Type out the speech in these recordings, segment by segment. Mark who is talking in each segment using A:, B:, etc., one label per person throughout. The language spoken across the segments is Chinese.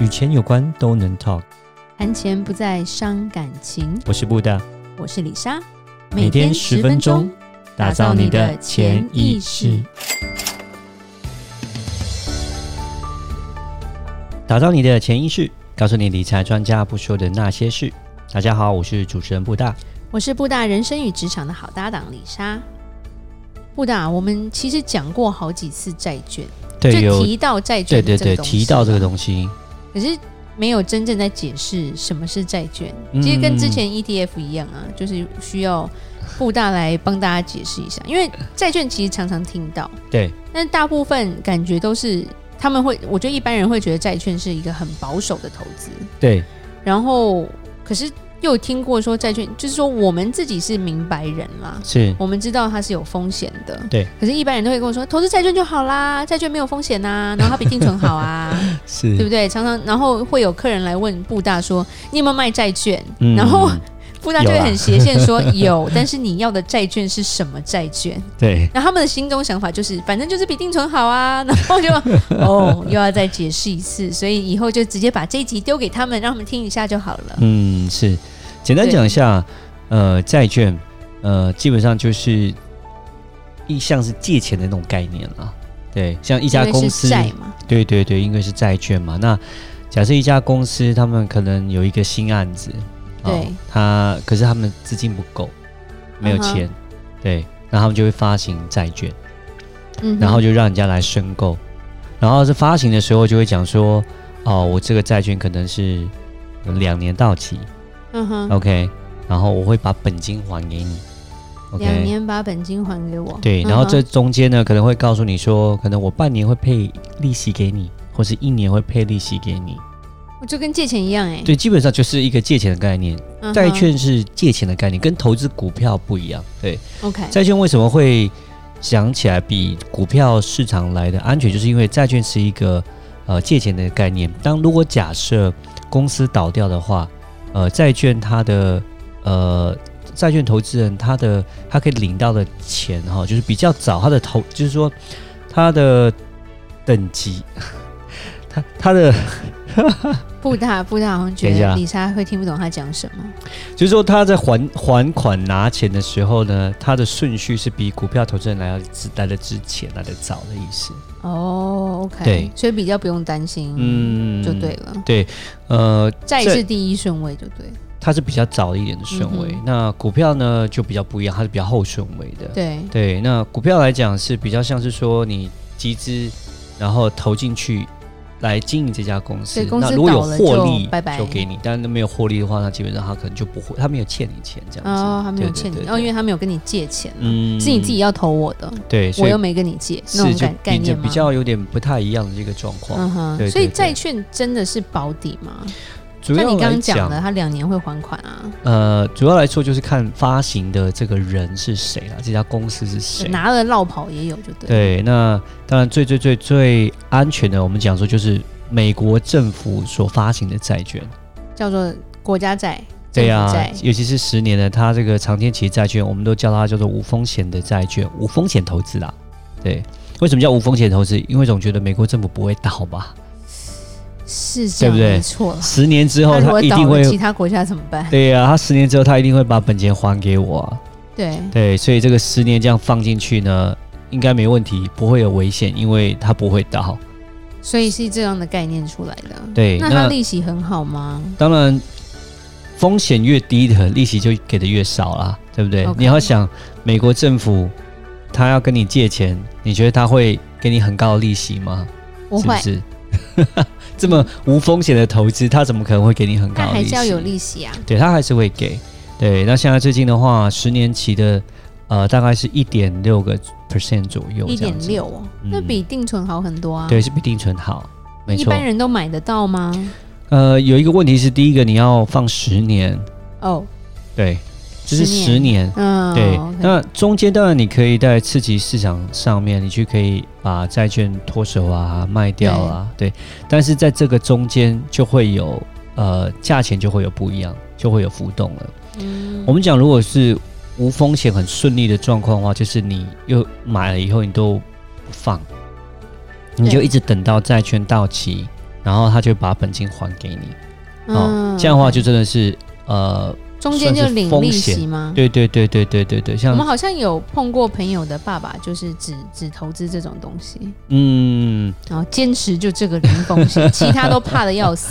A: 与钱有关都能 talk。
B: 谈钱不再伤感情。
A: 我是布大，
B: 我是李莎，
A: 每天十分钟，打造你的潜意识，打造你的潜意识，告诉你理财专家不说的那些事。大家好，我是主持人布大。
B: 我是布大人生与职场的好搭档李莎。布大，我们其实讲过好几次债券，
A: 对，
B: 就
A: 有
B: 提到债
A: 对
B: 券，
A: 对对，提到这个，东西，
B: 可是没有真正在解释什么是债券。
A: 嗯
B: 其实跟之前 ETF 一样啊，就是需要布大来帮大家解释一下，因为债券其实常常听到，
A: 对
B: 但大部分感觉都是他们会，我觉得一般人会觉得债券是一个很保守的投资，
A: 对
B: 然后可是又有听过说债券，就是说我们自己是明白人啦，
A: 是，
B: 我们知道它是有风险的，
A: 对。
B: 可是，一般人都会跟我说，投资债券就好啦，债券没有风险呐、然后它比定存好啊， 对
A: 是
B: 不对？常常然后会有客人来问布大说，你有没有卖债券？
A: 嗯
B: 然后布大就会
A: 有啊
B: 很斜线 说有，但是你要的债券是什么债券？
A: 对
B: 然后他们的心中想法就是，反正就是比定存好啊，然 后就哦，又要再解释一次，所以以后就直接把这一集丢给他们，让他们听一下就好了。
A: 嗯，是，简单
B: 对
A: 讲一下，呃，债券，呃，基本上就是一像是借钱的那种概念啦。对，像一
B: 一
A: 家公司，
B: 债嘛，
A: 对对对，因为是债券嘛。那假设一家公司他们可能有一个新案子，哦
B: 对
A: 他可是他们资金不够，没有
B: 嗯哼
A: 钱，对，那他们就会发行债券。
B: 嗯哼，
A: 然后就让人家来申购，然后是发行的时候就会讲说，哦，我这个债券可能是两年到期、
B: 嗯哼，
A: o k 然后我会把本金还给你
B: 两
A: ，OK，
B: 年把本金还给我，
A: 对，
B: 嗯
A: 然后
B: 哼
A: 这中间呢可能会告诉你说，可能我半年会配利息给你，或是一年会配利息给你，
B: 就跟借钱一样哎、
A: 对，基本上就是一个借钱的概念，
B: 嗯哼
A: 债券是借钱的概念，跟投资股票不一样，对。
B: OK，
A: 债券为什么会想起来比股票市场来的安全？就是因为债券是一个呃借钱的概念。当如果假设公司倒掉的话，呃，债券它的呃债券投资人他的他可以领到的钱哈、就是比较早，他的投就是说他的等级， 他他的
B: 布大布大好像觉
A: 等一
B: 得
A: 下
B: 李莎会听不懂他讲什么，
A: 就是说他在还还款拿钱的时候呢，他的顺序是比股票投资人来要来的之前来的早的意思。
B: 哦，OK，
A: 对
B: 所以比较不用担心，嗯，
A: 嗯，
B: 就对了，
A: 呃，
B: 债
A: 这
B: 是第一顺位就对，
A: 它是比较早一点的顺位，
B: 嗯哼
A: 那股票呢就比较不一样，它是比较后顺位的。
B: 对，
A: 对那股票来讲是比较像是说你集资，然后投进去来经营这家公司。
B: 对公司
A: 那如果有
B: 倒了
A: 获
B: 就
A: 利，
B: 拜拜
A: 就给你；但是没有获利的话，那基本上它可能就不会，它没有欠你钱这样子。
B: 哦，他没有
A: 对对
B: 欠你，
A: 对
B: 哦，因为
A: 对
B: 他没有跟你借钱啊，
A: 嗯
B: 是你自己要投我的，
A: 对，所
B: 我
A: 以
B: 又没跟你借，那
A: 是
B: 种
A: 就
B: 概概
A: 比
B: 念吗
A: 比？较有点不太一样的这个状况。
B: 嗯哼，
A: 对对
B: 所以
A: 对
B: 债券真的是保底吗？
A: 主
B: 像
A: 要
B: 你刚
A: 来
B: 刚讲的，他两年会还款啊，
A: 呃，主要来说就是看发行的这个人是谁了，这家公司是谁。
B: 拿了落跑也有，就对。，
A: 对，那当然最最最最安全的，我们讲说就是美国政府所发行的债券。
B: 叫做国家债、
A: 对
B: 呀、
A: 啊
B: 债，，
A: 尤其是十年的，它这个长天期债券，我们都叫它叫做无风险的债券，无风险投资啦。对，为什么叫无风险投资？因为总觉得美国政府不会倒吧？
B: 是这样
A: 对不对
B: 没错啦。
A: 十年之
B: 那
A: 后
B: 如果
A: 它一
B: 倒
A: 定
B: 了，
A: 会
B: 哦其，他国家怎么 办？
A: 对呀、啊，它十年之后它一定会把本钱还给我啊、
B: 对，
A: 对，所以这个十年这样放进去呢，应该没问题，不会有危险，因为它不会倒。
B: 所以是这样的概念出来的。
A: 对，
B: 那它利息很好吗？
A: 当然风险越低的利息就给的越少啦，对不对
B: OK
A: 你要想美国政府他要跟你借钱，你觉得他会给你很高的利息吗？
B: 不
A: 是不
B: 会，
A: 是？ 这么无风险的投资，他怎么可能会给你很
B: 但
A: 高的
B: 还
A: 利息？
B: 是要有利息啊。
A: 对，它还是会给。对，那现在最近的话，十年期的呃大概是一点六个 percent 左右，
B: 一
A: 这
B: 点
A: 样子
B: 六哦，
A: 嗯
B: 那比定存好很多啊。
A: 对，，是比定存好，没
B: 一
A: 错
B: 般。人都买得到吗？
A: 呃，有一个问题是，第一个你要放十年，
B: 哦，
A: 对，就是
B: 10
A: 十年。
B: 嗯，
A: 对
B: OK
A: 那中间当然你可以在刺激市场上面，你去可以把债券脱手啊、卖掉啊，对。但是在这个中间就会有呃价钱就会有不一样，就会有浮动了。
B: 嗯
A: 我们讲如果是无风险很顺利的状况的话，就是你又买了以后你都不放，你就
B: 对
A: 一直等到债券到期，然后他就把本金还给你。哦
B: 嗯，，
A: 这样的话就真的是呃，
B: 中间就
A: 算是
B: 领
A: 风
B: 利
A: 险
B: 息吗？
A: 对对对对对对对，
B: 我们
A: 像
B: 好像有碰过朋友的爸爸，就是只只投资这种东西，
A: 嗯，
B: 然后坚持就这个零风险，其他都怕的要死。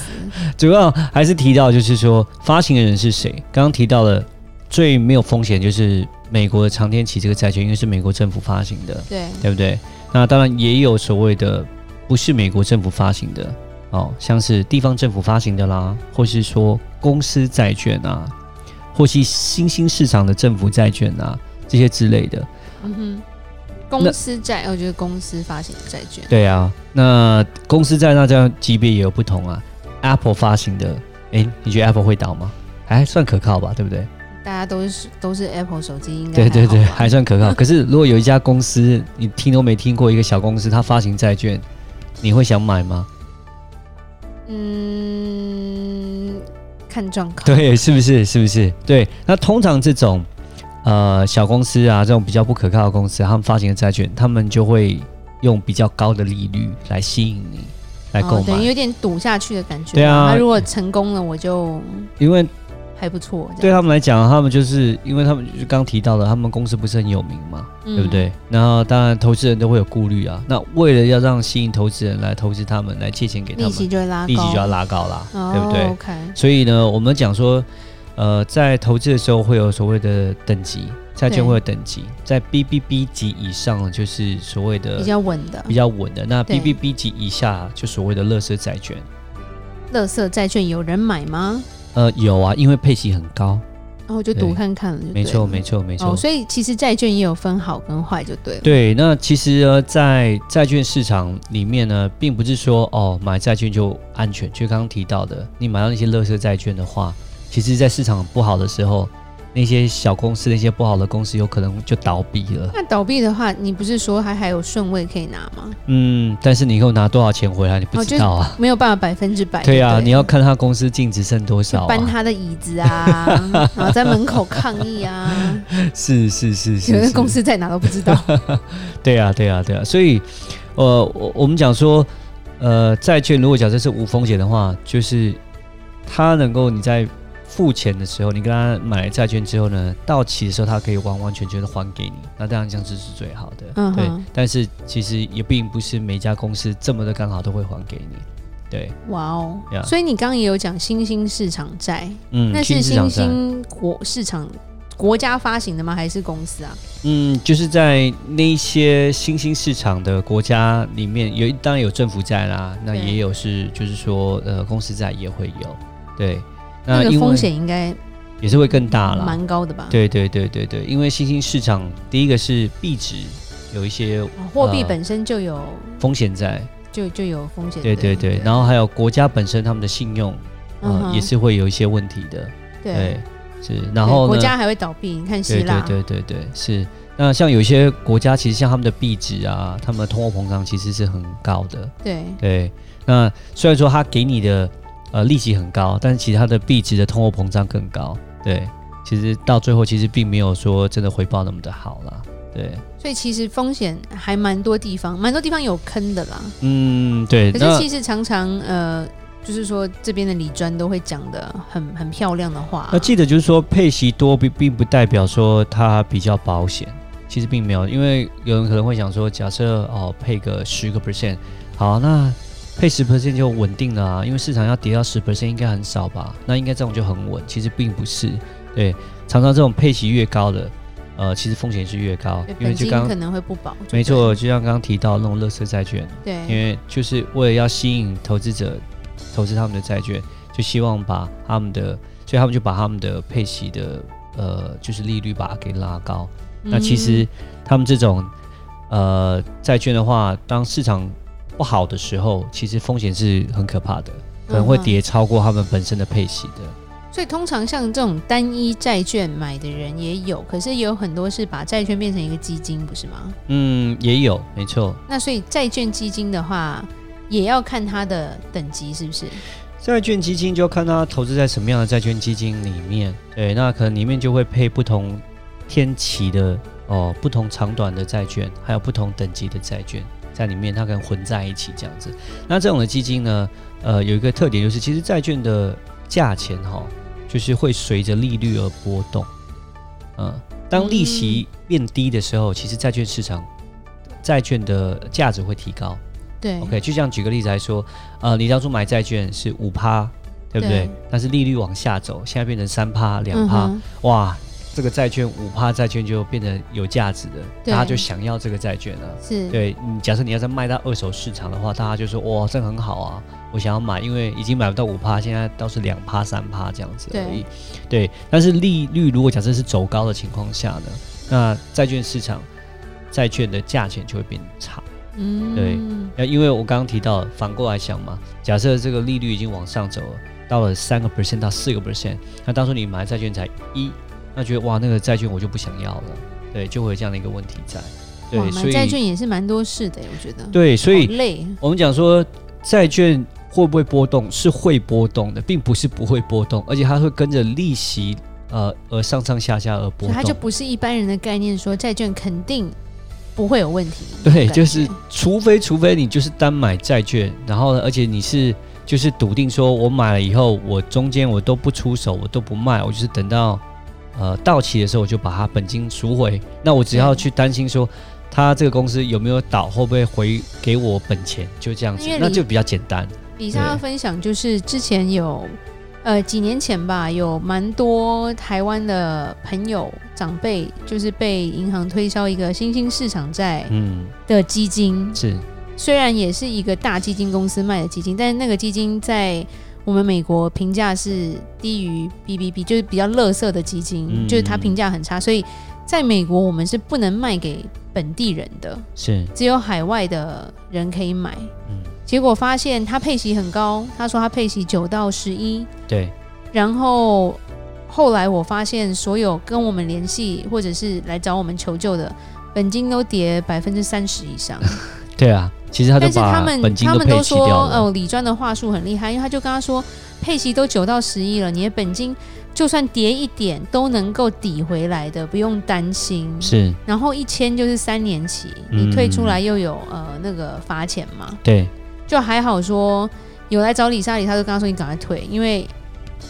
A: 主要还是提到就是说发行的人是谁。刚刚提到了最没有风险就是美国的长天期这个债券，因为是美国政府发行的，
B: 对，
A: 对不对？那当然也有所谓的不是美国政府发行的哦，像是地方政府发行的啦，或是说公司债券啊，或是新兴市场的政府债券啊这些之类的。
B: 嗯哼，公司债，我觉得公司发行的债券，
A: 对啊，那公司在那这样级别也有不同啊。Apple 发行的，诶，你觉得 Apple 会倒吗？还算可靠吧，对不对？
B: 大家都是都是 Apple 手机，应该
A: 对对 对，
B: 还好吧
A: 还算可靠。可是如果有一家公司你听都没听过，一个小公司它发行债券，你会想买吗？
B: 嗯，看状况。
A: 对，是不是？是不是？对，那通常这种呃小公司啊，这种比较不可靠的公司，他们发行的债券，他们就会用比较高的利率来吸引你来购
B: 哦，
A: 买，
B: 等于有点赌下去的感觉。
A: 对啊
B: 他如果成功了，我就
A: 因为
B: 还不错。这
A: 对啊
B: 样，
A: 他们来讲，他们就是因为他们就是刚提到的，他们公司不是很有名嘛，
B: 嗯
A: 对不？对？然后当然投资人都会有顾虑啊。那为了要让吸引投资人来投资他们，来借钱给他
B: 利
A: 们，
B: 息就会拉高，
A: 利息就要拉高啦，
B: 哦，
A: 对不对？
B: ？OK，
A: 所以呢，我们讲说，呃，在投资的时候会有所谓的等级，债券会有等级，在 BBB 级以上就是所谓的
B: 比较稳的
A: 比。较稳的，那
B: 对
A: BBB 级以下就所谓的垃圾债券。
B: 乐色债券有人买吗？
A: 呃，有啊，因为配息很高，
B: 然后我就
A: 对
B: 赌看看了就对
A: 没错，
B: 了
A: 没错，没错。
B: 哦，所以其实债券也有分好跟坏，就对了。
A: 对，那其实呢，在债券市场里面呢，并不是说哦买债券就安全，就刚刚提到的，你买到那些垃圾债券的话，其实，在市场不好的时候，那些小公司、那些不好的公司有可能就倒闭了。
B: 那倒闭的话，你不是说还还有顺位可以拿吗？
A: 嗯，但是你又拿多少钱回来，你不
B: 哦
A: 知
B: 就是
A: 道啊。
B: 没有办法百分之百。
A: 对
B: 啊，
A: 啊，你要看他公司净值剩多
B: 去
A: 少、
B: 搬
A: 啊。
B: 他的椅子 啊，然后在门口抗议啊，
A: 是是是
B: 有
A: 是
B: 的
A: 是。
B: 公司在哪都不 知道。
A: 对啊，对啊，对啊，所以，呃，我我们讲说，呃，债券如果假设是无风险的话，就是它能够你在付钱的时候，你跟他买债券之后呢，到期的时候它可以完完全全的还给你，那当然这样子是最好的，
B: 嗯
A: 对
B: 哼。
A: 但是其实也并不是每家公司这么的刚好都会还给你，对，
B: 哇哦
A: Yeah
B: 所以你刚刚也有讲新兴市场债，
A: 嗯，
B: 那
A: 新
B: 是
A: 市
B: 新
A: 场债
B: 兴国市场国家发行的吗？还是公司啊？
A: 嗯，就是在那一些新兴市场的国家里面，有当然有政府债啦，那
B: 对
A: 也有是就是说呃公司债也会有，对，
B: 那个
A: 呃因
B: 风
A: 为
B: 险应该
A: 也是会更大啦。
B: 蛮高的吧？
A: 对对对对对，因为新兴市场第一个是币值有一些
B: 哦，货币
A: 呃
B: 本身就有、
A: 风险在，
B: 就就有风险。
A: 对对对，然后还有国家本身他们的信用
B: 嗯
A: 呃
B: 哼
A: 也是会有一些问题的，
B: 对
A: 对，是，
B: 对
A: 然后
B: 国
A: 呢？
B: 家还会倒闭，你看希
A: 对
B: 腊，
A: 对对对对，是。那像有一些国家，其实像他们的币值啊，他们的通货膨胀其实是很高的。
B: 对
A: 对，那虽然说它给你的呃利息很高，但是其实它的币值的通货膨胀更高。对，其实到最后其实并没有说真的回报那么的好啦。对，
B: 所以其实风险还蛮多地方，蛮多地方有坑的啦。
A: 嗯，对。
B: 可
A: 那
B: 是其实常常呃，就是说这边的理专都会讲的很很漂亮的话、
A: 那记得就是说配息多并并不代表说它比较保险，其实并没有，因为有人可能会想说，假设哦配个十个 percent，好，那配十 percent 就稳定了啊，因为市场要跌到十 percent 应该很少吧，那应该这种就很稳，其实并不是，对，常常这种配息越高的，呃，其实风险是越高
B: 对，
A: 因为
B: 本
A: 就
B: 金
A: 刚
B: 可能会不保。
A: 没错，就像刚刚提到那种垃圾债券，
B: 对不对，
A: 因为就是为了要吸引投资者投资他们的债券，就希望把他们的，所以他们就把他们的配息的呃，就是利率把它给拉高。
B: 嗯
A: 那其实他们这种呃债券的话，当市场不好的时候，其实风险是很可怕的，可能会
B: 嗯哼
A: 跌超过他们本身的配息的。
B: 所以通常像这种单一债券买的人也有，可是也有很多是把债券变成一个基金，不是吗？
A: 嗯，也有，没错。
B: 那所以债券基金的话，也要看它的等级是不是？
A: 债券基金就看它投资在什么样的债券基金里面，对，那可能里面就会配不同天期的哦，不同长短的债券，还有不同等级的债券在里面，它可能混在一起这样子。那这种的基金呢，呃有一个特点就是，其实债券的价钱哈、就是会随着利率而波动。嗯，当利息变低的时候，其实债券市场债券的价值会提高。
B: 对
A: OK，就像举个例子来说，呃，你当初买债券是五趴，对不对？
B: 对
A: 但是利率往下走，现在变成三趴、两
B: 嗯
A: 趴，
B: 哼
A: 哇，这个债券五趴债券就变得有价值的，
B: 对
A: 大家就想要这个债券了。
B: 是，
A: 对你，假设你要再卖到二手市场的话，大家就说哇，这很好啊，我想要买，因为已经买不到五趴，现在倒是两趴、三趴这样子而已。对，但是利率如果假设是走高的情况下呢，那债券市场债券的价钱就会变差。
B: 嗯，
A: 对那因为我刚刚提到，反过来想嘛，假设这个利率已经往上走了，到了三个 percent 到四个 percent，那当初你买债券才一，那觉得哇，那个债券我就不想要了，对，就会有这样的一个问题在。
B: 哇
A: 对，，所
B: 买债
A: 以
B: 券也是蛮多事的，我觉得。
A: 对，所
B: 好
A: 以
B: 累，
A: 我们讲说债券会不会波动，是会波动的，并不是不会波动，而且它会跟着利息呃而上上下下而波
B: 所以它就
A: 动。
B: 不是一般人的概念，说债券肯定不会有问题。
A: 对，
B: 感
A: 就是
B: 觉
A: 除非除非你就是单买债券，然后呢，而且你是就是笃定说，我买了以后，我中间我都不出手，我都不卖，我就是等到呃到期的时候，我就把它本金赎回。那我只要
B: 对
A: 去担心说，他这个公司有没有倒，会不会回给我本钱，就这样子
B: 因为，
A: 那
B: 你
A: 就比较简单。
B: 以上要
A: 对
B: 分享就是之前有，呃，几年前吧，有蛮多台湾的朋友长辈，就是被银行推销一个新兴市场债
A: 嗯，
B: 的基金，
A: 是
B: 虽然也是一个大基金公司卖的基金，但是那个基金在我们美国评价是低于 BBB，就是比较垃圾的基金，
A: 嗯
B: 就是它评价很差，所以在美国我们是不能卖给本地人的，
A: 是，
B: 只有海外的人可以买。
A: 嗯，
B: 结果发现它配息很高，他说它配息九到十一，
A: 对，
B: 然后后来我发现所有跟我们联系或者是来找我们求救的，本金都跌百分之三十以上。
A: 对啊，其实他都
B: 但是他
A: 把
B: 们
A: 本金
B: 他们
A: 配
B: 都
A: 齐
B: 说，
A: 掉了。
B: 哦，李专的话术很厉害，因为他就跟他说，佩奇都九到十亿了，你的本金就算跌一点都能够抵回来的，不用担心。
A: 是，
B: 然后一签就是三年期，
A: 嗯
B: 你退出来又有、呃那个罚钱嘛，
A: 对，
B: 就还好说有来找李莎莉，他就跟他说你赶快退，因为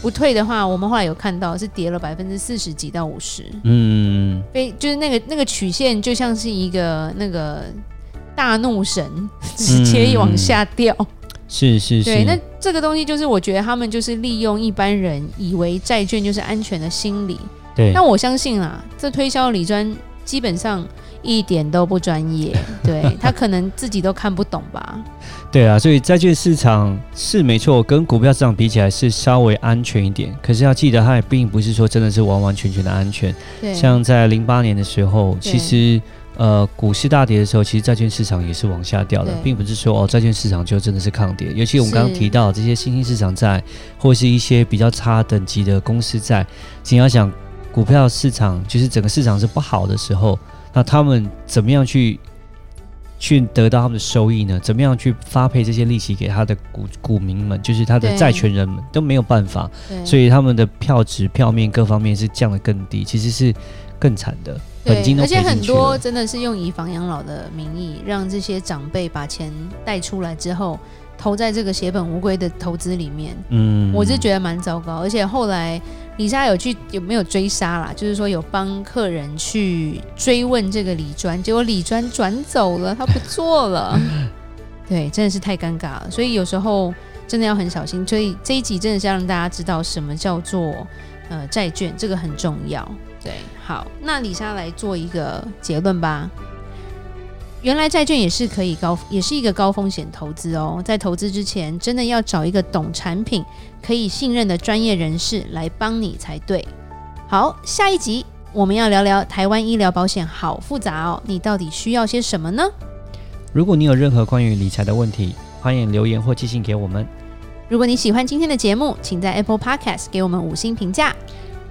B: 不退的话，我们后来有看到是跌了百分之四十几到五十，
A: 嗯，
B: 被就是那个那个曲线就像是一个那个大怒 神，直接往下掉。
A: 是嗯是是，
B: 对，那这个东西就是我觉得他们就是利用一般人以为债券就是安全的心理。
A: 对
B: 那我相信啦，这推销理专基本上一点都不专 业，对他可能自己都看不懂吧。
A: 对啊，所以债券市场是没错，跟股票市场比起来是稍微安全一点。可是要记得，它也并不是说真的是完完全全的安全。
B: 对，
A: 像在零八年的时候，
B: 对
A: 其实呃股市大跌的时候，其实债券市场也是往下掉的
B: 对，
A: 并不是说哦债券市场就真的是抗跌。尤其我们刚刚
B: 是
A: 提到这些新兴市场债，或是一些比较差等级的公司债，请要想股票市场就是整个市场是不好的时候，那他们怎么样去去得到他们的收益呢？怎么样去发配这些利息给他的股股民们，就是他的
B: 对
A: 债权人们都没有办法，
B: 对
A: 所以他们的票值、票面各方面是降得更低，其实是更惨的，本金都
B: 对，而
A: 赔
B: 且很
A: 进去
B: 多
A: 了。
B: 真的是用以房养老的名义，让这些长辈把钱带出来之后，投在这个血本无归的投资里面。
A: 嗯
B: 我是觉得蛮糟糕，而且后来李莎有去有没有追杀啦？就是说有帮客人去追问这个李专，结果李专转走了，他不做了。对，真的是太尴尬了，所以有时候真的要很小心。所以这一集真的是要让大家知道什么叫做呃债券，这个很重要。对，好，那李莎来做一个结论吧。原来债券也是可以高，也是一个高风险投资哦。在投资之前，真的要找一个懂产品、可以信任的专业人士来帮你才对。好，下一集我们要聊聊台湾医疗保险好复杂哦，你到底需要些什么呢？
A: 如果你有任何关于理财的问题，欢迎留言或寄信给我们，
B: 如果你喜欢今天的节目，请在 Apple Podcast 给我们五星评价。